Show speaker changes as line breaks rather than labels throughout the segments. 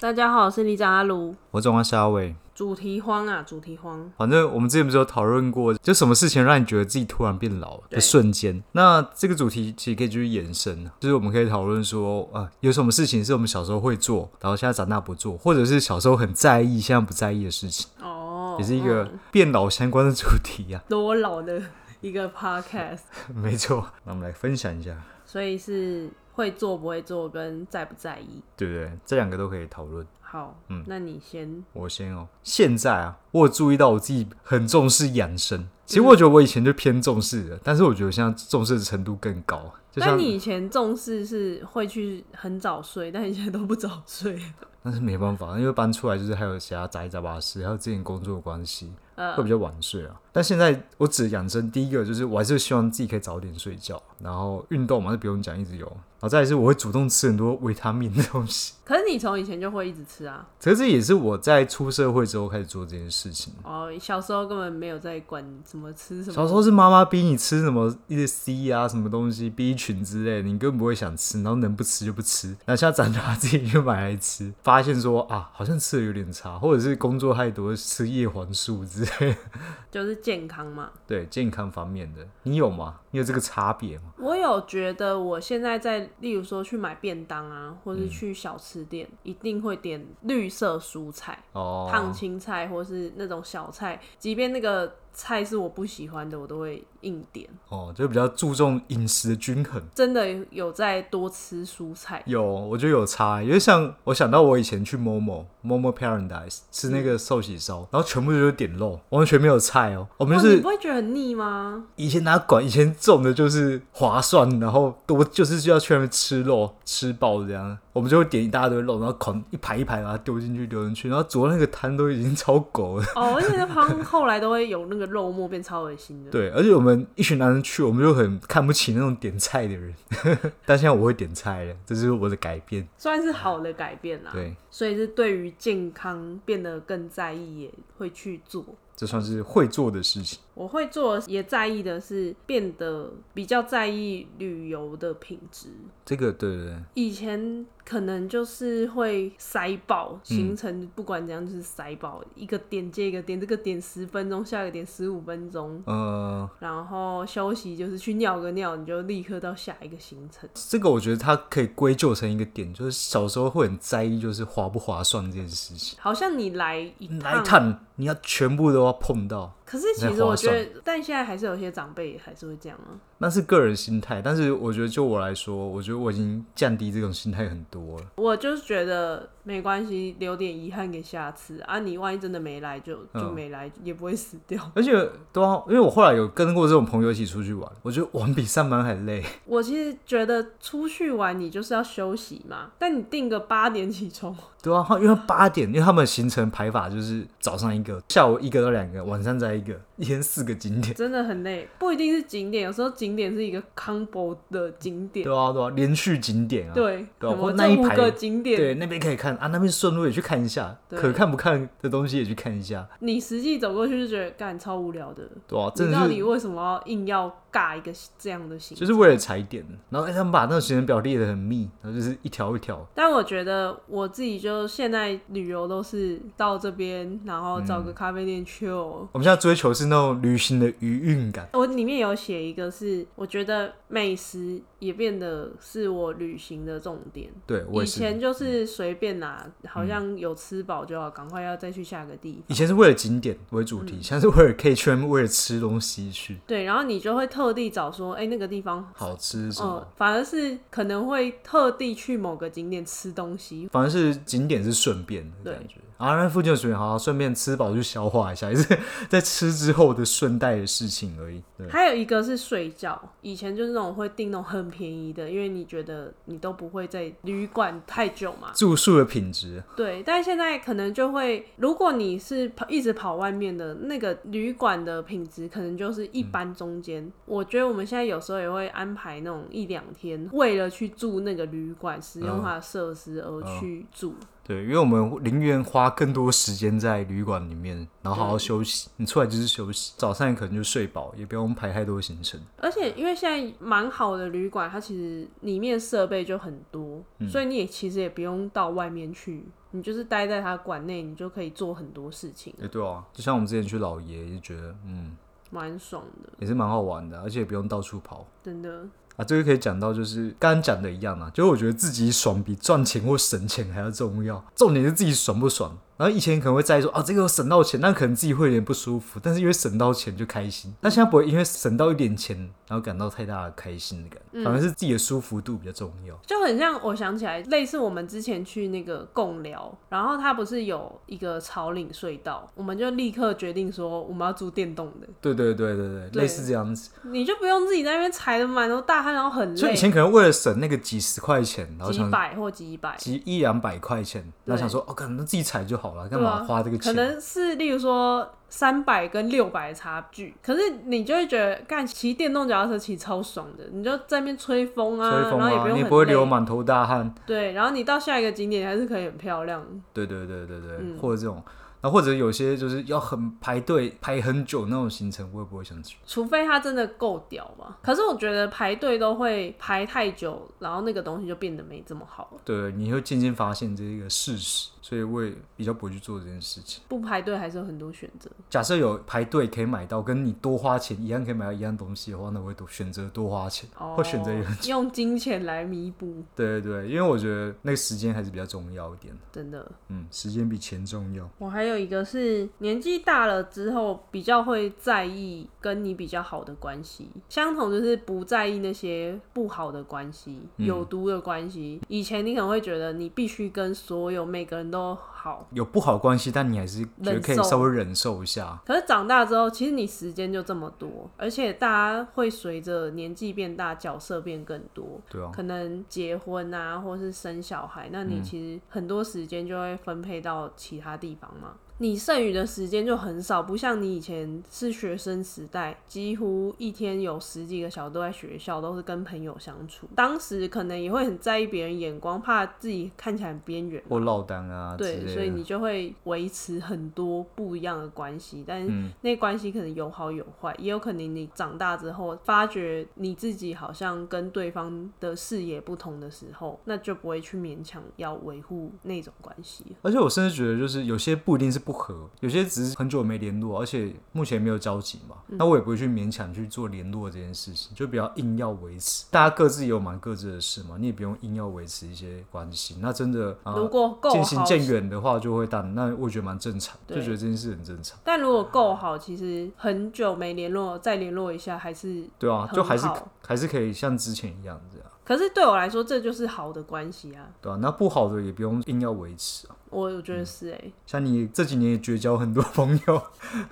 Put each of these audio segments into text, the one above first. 大家好，我是里长阿卢。
我转换是阿伟。
主题荒啊，主题荒。
反正我们之前不是有讨论过，就什么事情让你觉得自己突然变老
对
的瞬间？那这个主题其实可以继续延伸，就是我们可以讨论说，啊、有什么事情是我们小时候会做，然后现在长大不做，或者是小时候很在意，现在不在意的事情，
哦，
也是一个
嗯
变老相关的主题呀、
多老的一个 podcast，
没错，那我们来分享一下，
所以是会做不会做跟在不在意。
对不对？这两个都可以讨论。
好，
嗯
那你先
我先哦，现在啊，我有注意到我自己很重视养生。其
嗯
实我觉得我以前就偏重视的，但是我觉得我现在重视的程度更高。就
那
像
你以前重视是会去很早睡，但你现在都不早睡，
但是没办法，因为搬出来就是还有其他杂七杂八的事，还有之前工作的关系，
呃
会比较晚睡啊。但现在我只养生，第一个就是我还是希望自己可以早点睡觉，然后运动嘛就不用讲，一直有。然后再来是我会主动吃很多维他命的东西，
可是你从以前就会一直吃啊，
可是这也是我在出社会之后开始做这件事情。
哦，小时候根本没有在管什么吃什么，
小时候是妈妈逼你吃什么一些 C 啊，什么东西 B 群之类的，你根本不会想吃，然后能不吃就不吃。然后现在长大自己就买来吃，发现说啊，好像吃的有点差，或者是工作太多吃叶黄素之类的。
就是健康嘛。
对健康方面的，你有吗？你有这个差别吗？
我有觉得我现在在，例如说去买便当啊，或
嗯
是去小吃店，一定会点绿色蔬菜。
哦，
烫青菜或是那种小菜，即便那个菜是我不喜欢的，我都会硬点。
哦，就比较注重饮食的均衡。
真的有在多吃蔬菜，
有，我觉得有差，因为像我想到我以前去 Momo Momo Paradise 吃那个寿喜烧，然后全部就是点肉，完全没有菜哦。我们就
哇
是
你不会觉得很腻吗？
以前哪管？以前种的就是划算，然后多就是就要去那边吃肉，吃爆这样。我们就会点一大堆肉，然后捆一排一排把它丢进去，丢进去。然后煮到那个摊都已经超狗了。
哦，而且那旁后来都会有那个肉末变超恶心的。
对，而且我们一群男人去，我们就很看不起那种点菜的人。 但现在我会点菜了，这是我的改变。
虽然是好的改变啦，
对，
所以是对于健康变得更在意，也会去做。
这算是会做的事情。
我会做也在意的是变得比较在意旅游的品质。
这个对对对，
以前可能就是会塞
嗯
爆行程，不管怎样就是塞爆，一个点接一个点，这个点十分钟，下一个点十五分钟，
呃，
然后休息就是去尿个尿，你就立刻到下一个行程。
这个我觉得它可以归咎成一个点，就是小时候会很在意，就是划不划算这件事情。
好像你来一
来一
嗯
趟，你要全部都要碰到，
可是其实我觉得，但现在还是有些长辈也还是会这样啊。
那是个人心态。但是我觉得就我来说，我觉得我已经降低这种心态很多了。
我就是觉得没关系，留点遗憾给下次啊。你万一真的没来就，就
嗯
没来，也不会死掉。
而且对啊，因为我后来有跟过这种朋友一起出去玩，我觉得玩比上班还累。
我其实觉得出去玩你就是要休息嘛，但你定个八点起床，
对啊，因为八点，因为他们行程排法就是早上一个，下午一个到两个，晚上再一个，一天四个景点。
真的很累。不一定是景点，有时候景点是一个 combo 的景点，
对啊，对啊，连续景点啊。
对，
对啊
什么
或那一
这五
排
个景
对，
点，
那边可以看啊，那边顺路也去看一下，
对
可看不看的东西也去看一下，
你实际走过去就觉得干超无聊的。
对啊，真
你
的
到
是
底为什么要硬要尬一个这样的行程？
就是为了踩点，然后、欸、他们把那个行程表列得很密，然后就是一条一条，
但我觉得我自己就现在旅游都是到这边，然后找
嗯
个咖啡店 chill。
我们现在追求是那种旅行的余韵感，
我里面有写一个是，我觉得美食也变得是我旅行的重点。
对我
以
也是。嗯
前就是随便拿，好像有吃饱就要赶快要再去下个地
以
方。
前是为了景点为主
嗯
题，现在是为了可以去那边为了吃东西去，
对，然后你就会特地找说，哎、那个地方，
好吃什么。
嗯，反而是可能会特地去某个景点吃东西，
反正是景点是顺便的感觉，啊，那附近的水源好好，顺便吃饱去消化一下，也是在吃之后的顺带的事情而已。对，
还有一个是睡觉，以前就是那种会订那种很便宜的，因为你觉得你都不会在旅馆太久嘛，
住宿的品质，
对。但现在可能就会，如果你是跑一直跑外面的那个旅馆的品质，可能就是一般中间。我觉得我们现在有时候也会安排那种一两天，为了去住那个旅馆，使用它的设施而去住。
对，因为我们宁愿花更多时间在旅馆里面，然后好好休息。你出来就是休息，早上可能就睡饱，也不用排太多行程。
而且因为现在蛮好的旅馆，它其实里面设备就很多，
嗯
所以你也其实也不用到外面去，你就是待在它馆内，你就可以做很多事情，
哎、对啊，就像我们之前去老爷，就觉得嗯，
蛮爽的，
也是蛮好玩的，而且也不用到处跑。
真的。
啊，这个可以讲到，就是刚刚讲的一样啊，就是我觉得自己爽比赚钱或省钱还要重要，重点是自己爽不爽。然后以前可能会在意说啊，这个有省到钱，那可能自己会有点不舒服，但是因为省到钱就开心。但现在不会因为省到一点钱，然后感到太大的开心的感
嗯
觉，反而是自己的舒服度比较重要。
就很像，我想起来，类似我们之前去那个贡寮，然后它不是有一个草岭隧道，我们就立刻决定说我们要租电动的，
对对对对对，
对
类似这样子。
你就不用自己在那边踩的满头大汗，然后很
所以
累
以，前可能为了省那个几十块钱，然后
几
想
百或几百，
几一两百块钱，然后想说哦，可能自己踩就好了，干嘛
对啊
花这个
可
钱？
能是例如说三百跟六百的差距，可是你就会觉得干骑电动脚踏车骑超爽的，你就在那边吹风啊，
吹风
然后也
啊，
不用
你
很
也
累，
不会流满头大汗。
对，然后你到下一个景点还是可以很漂亮，
对对对对对，
嗯
或者这种，然后或者有些就是要很排队排很久那种行程，我也不会想去。
除非它真的够屌吧。可是我觉得排队都会排太久，然后那个东西就变得没这么好了。
对，你会渐渐发现这个事实，所以我也比较不会去做这件事情。
不排队还是有很多选择，
假设有排队可以买到，跟你多花钱一样可以买到一样东西的话，那我会多选择多花钱，
哦
或选择一个。
用金钱来弥补，
对对对，因为我觉得那个时间还是比较重要一点的。
真的。
嗯，时间比钱重要。
我还有一个是年纪大了之后比较会在意跟你比较好的关系，相同就是不在意那些不好的关系、
嗯
有毒的关系。以前你可能会觉得你必须跟所有每个人都好，
有不好的关系，但你还是觉得可
忍
以
受
稍微忍受一下。
可是长大之后，其实你时间就这么多，而且大家会随着年纪变大，角色变更多。
对啊，嗯
可能结婚啊，或是生小孩，那你其实很多时间就会分配到其他地方嘛。你剩余的时间就很少，不像你以前是学生时代，几乎一天有十几个小时都在学校，都是跟朋友相处。当时可能也会很在意别人眼光，怕自己看起来很边缘，
或落单啊之
对，所以
类的。
你就会维持很多不一样的关系，但是
嗯
那关系可能有好有坏，也有可能你长大之后发觉你自己好像跟对方的视野不同的时候，那就不会去勉强要维护那种关系了。
而且我甚至觉得，就是有些不一定是不合，有些只是很久没联络，而且目前没有交集嘛。
嗯
那我也不会去勉强去做联络这件事情，就比较硬要维持。大家各自也有忙各自的事嘛，你也不用硬要维持一些关系。那真的啊，
如果够
渐行
好，
渐远的话，就会淡。那我觉得蛮正常，就
对
觉得这件事很正常。
但如果够好，其实很久没联络，再联络一下还是。
对啊，就还是
很好
还是可以像之前一样这样，
可是对我来说，这就是好的关系啊！
对啊，那不好的也不用硬要维持啊。
我我觉得是哎、
像你这几年也绝交很多朋友，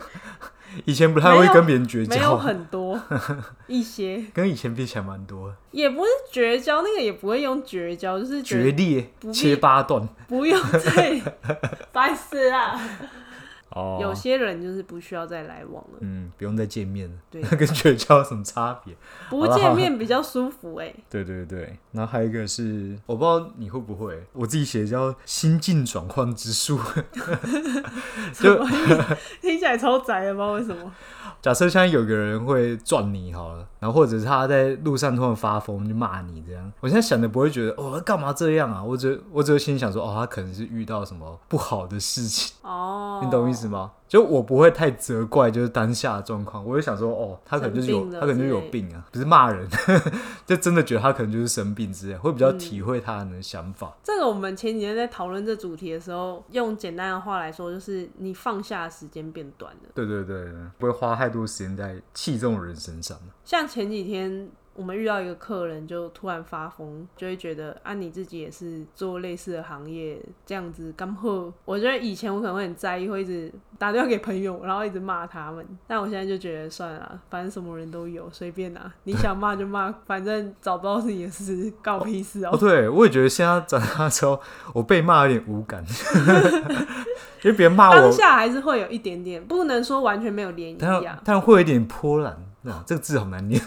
以前不太会跟别人绝
没有
交，
很 多，一些。
跟以前比起来蛮多的。
也不是绝交，那个也不会用绝交，就是觉得
决裂
不必
切八段
不用再 白痴啊。
哦
有些人就是不需要再来往了，
嗯，不用再见面了，
对
跟绝交有什么差别？
不见面比较舒服哎、
对对对，然后还有一个是，我不知道你会不会，我自己写叫心境转换之术。 就
听起来超宅的，不知道为什么。
假设现在有个人会撞你好了，然后或者是他在路上突然发疯就骂你这样，我现在想的不会觉得哦他干嘛这样啊，我只我只会心里想说哦他可能是遇到什么不好的事情。
哦，
你懂我意？思吗？就我不会太责怪，就是当下的状况，我就想说，哦，他可能就是有
生病，了
他可能就是有病啊，不是骂人， 就真的觉得他可能就是生病之类，会比较
嗯
体会他人的想法。
这个我们前几天在讨论这主题的时候，用简单的话来说，就是你放下的时间变短了。
对对对，对不会花太多时间在气这种人身上。
像前几天我们遇到一个客人就突然发疯，就会觉得啊，你自己也是做类似的行业，这样子刚好。 我觉得以前我可能会很在意，会一直打电话给朋友，然后一直骂他们。但我现在就觉得算了，反正什么人都有，随便啦，你想骂就骂，反正找不到自己的事，告屁事哦、
哦，对，我也觉得现在长大之后，我被骂有点无感， 因为别人骂我
当，下还是会有一点点，不能说完全没有涟漪
但
啊。
但会有一点波澜。啊，这个字好难念，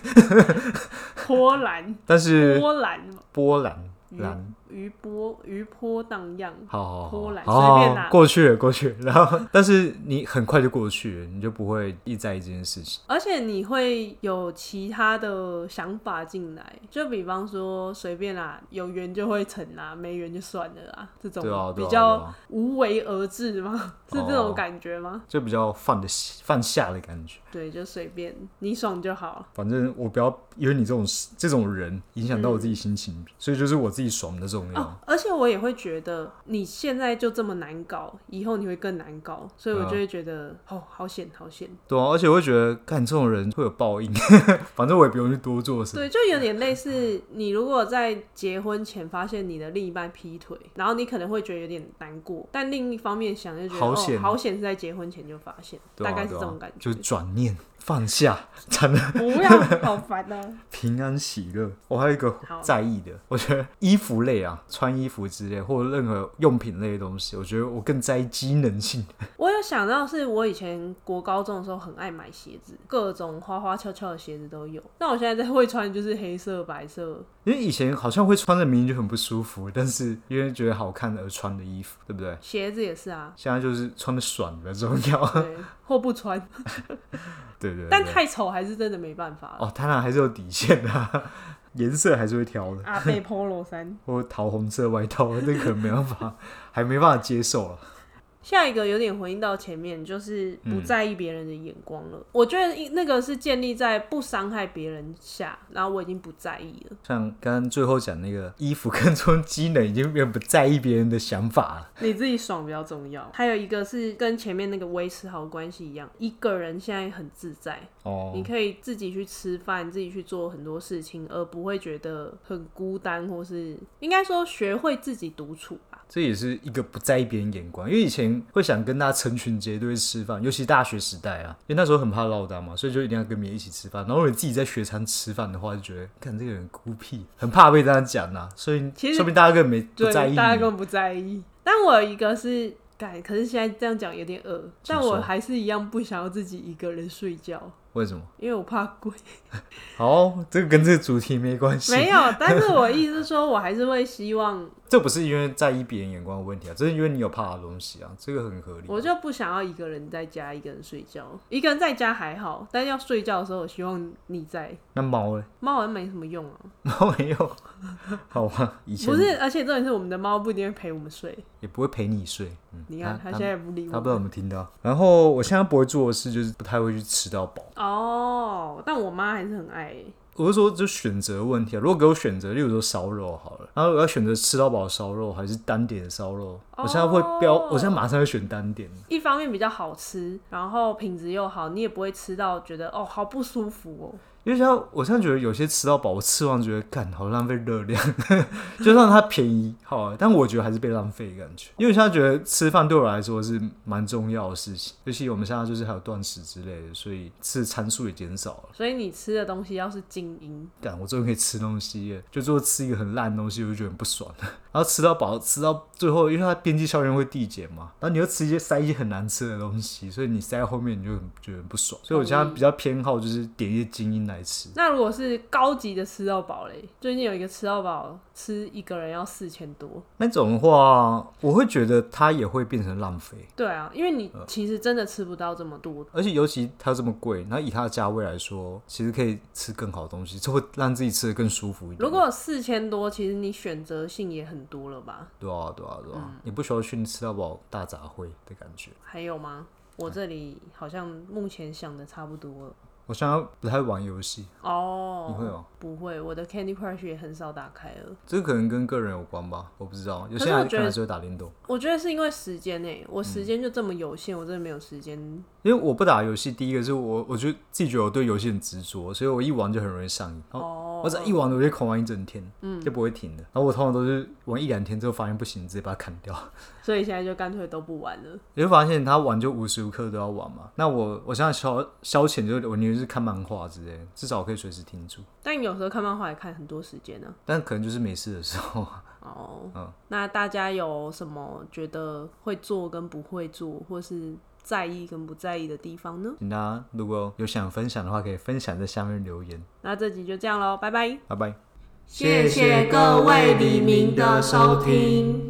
波澜，
但是
波嗯澜，
波澜
余
澜
余波余波荡漾。
好好好，
波澜
好好
随便啦
过去了，过去了。然后，但是你很快就过去了，你就不会一在意这件事情。
而且你会有其他的想法进来，就比方说随便啦，有缘就会成啦，没缘就算了啦，这种
对啊对啊
比较
对啊
无为而治 吗？是这
哦
种感觉吗？
就比较放的放下的感觉。
对，就随便你爽就好。
反正我不要因为你这种这种人影响到我自己心情，所以就是我自己爽的重要。
哦，而且我也会觉得你现在就这么难搞，以后你会更难搞，所以我就会觉得、哦，好险好险。
对啊，而且我会觉得，干这种人会有报应。 反正我也不用去多做什么。
对，就有
啊
点类似你如果在结婚前发现你的另一半劈腿，然后你可能会觉得有点难过，但另一方面想就觉得
好险
哦，好险是在结婚前就发现，
对啊
大概是
对
这
啊
种感觉
就是。转念放下， 才能
不要，好烦哦、
平安喜乐。我还有一个
好
在意的，我觉得衣服类啊，穿衣服之类或者任何用品类的东西，我觉得我更在意机能性。
我有想到，是我以前国高中的时候很爱买鞋子，各种花花俏俏的鞋子都有。那我现在在会穿就是黑色、白色，
因为以前好像会穿着明明就很不舒服，但是因为觉得好看而穿的衣服，对不对？，
鞋子也是啊
现在就是穿的爽比较重要，
对，或不穿，
对对对。
但太丑还是真的没办法了。
哦，当然还是有底线的、啊，颜色还是会挑的，
阿贝 polo 衫。
或桃红色外套，那可能没办法，还没办法接受啊了。
下一个有点回应到前面，就是不在意别人的眼光了。我觉得那个是建立在不伤害别人下，然后我已经不在意了。
像刚刚最后讲那个衣服跟穿机能，已经变不在意别人的想法了。
你自己爽比较重要。还有一个是跟前面那个维持好关系一样，一个人现在很自在，
哦，
你可以自己去吃饭，自己去做很多事情，而不会觉得很孤单，或是应该说学会自己独处吧。
这也是一个不在意别人眼光，因为以前会想跟大家成群结队吃饭，尤其大学时代啊，因为那时候很怕落单嘛，所以就一定要跟别人一起吃饭。然后你自己在学餐吃饭的话，就觉得看这个人孤僻，很怕被大家讲呐、所以
其实
说明大家根本没不
对，
在意
大家根
你。
本不在意。但我有一个是改，可是现在这样讲有点恶，
请
但我
说
还是一样不想要自己一个人睡觉，
为什么？
因为我怕鬼。
好，这个跟这个主题没关系。
没 有，但是我意思是说，我还是会希望，
这不是因为在意别人眼光的问题啊，这是因为你有怕的东西啊，这个很合理。
我就不想要一个人在家，一个人睡觉。一个人在家还好，但要睡觉的时候，我希望你在。
那猫嘞，
猫好像没什么用啊，
猫没有，好吧，以前
不是，而且重点是我们的猫不一定会陪我们睡。
也不会陪你睡。嗯，
你看，
它
它现在也不理
他
我
不知道有
们。
没有听到。然后我现在不会做的事就是不太会去吃到饱。
哦，但我妈还是很爱欸、
我是说，就选择问题啊。如果给我选择，例如说烧肉好了，然后我要选择吃到饱烧肉还是单点的烧肉，我现在会标，我现在马上会选单点。
一方面比较好吃，然后品质又好，你也不会吃到觉得哦好不舒服哦。
因为像我现在觉得有些吃到饱，我吃完觉得干好浪费热量， 就算它便宜好啊，但我觉得还是被浪费的感觉。因为我现在觉得吃饭对我来说是蛮重要的事情，尤其我们现在就是还有断食之类的，所以吃的参数也减少了。
所以你吃的东西要是精英，
干，我终于可以吃东西了，就最后吃一个很烂的东西，我就觉得很不爽。 然后吃到饱，吃到最后，因为它边际效应会递减嘛，然后你又吃一些塞一些很难吃的东西，所以你塞在后面你就很觉得很不爽。所以我现在比较偏好就是点一些精英来吃。
那如果是高级的吃到饱嘞，最近有一个吃到饱，吃一个人要四千多。
那种的话，我会觉得它也会变成浪费，
对啊，因为你其实真的吃不到这么多。
而且尤其它这么贵，那以它的价位来说，其实可以吃更好的东西，就会让自己吃的更舒服一点。
如果四千多，其实你选择性也很多了吧？
对啊，对啊，对啊，
嗯
你不需要去吃到饱大杂烩的感觉。
还有吗？我这里好像目前想的差不多了。
我现在不太玩游戏，
哦，
你会吗？
不会，我的 Candy Crush 也很少打开了。
这个可能跟个人有关吧，我不知道。有些
可是我
人
觉得
可能还是会打电动，
我觉得是因为时间诶、我时间就这么有限，我真的没有时间。
因为我不打游戏，第一个是我我觉得自己觉得我对游戏很执着，所以我一玩就很容易上瘾。然后
哦，
我只要一玩我就狂玩一整天，嗯，就不会停的。然后我通常都是玩一两天之后发现不行，直接把它砍掉。
所以现在就干脆都不玩了。
你会发现他玩就无时无刻都要玩嘛。那我我现在消消遣就是我宁愿是看漫画之类的，至少我可以随时停住。
但有时候看漫画也看很多时间呢、
但可能就是没事的时候啊，
哦，
嗯
那大家有什么觉得会做跟不会做，或是在意跟不在意的地方呢？
请大家如果有想分享的话，可以分享在下面留言。
那这集就这样喽，拜拜。
拜拜。
谢谢各位黎明的收听。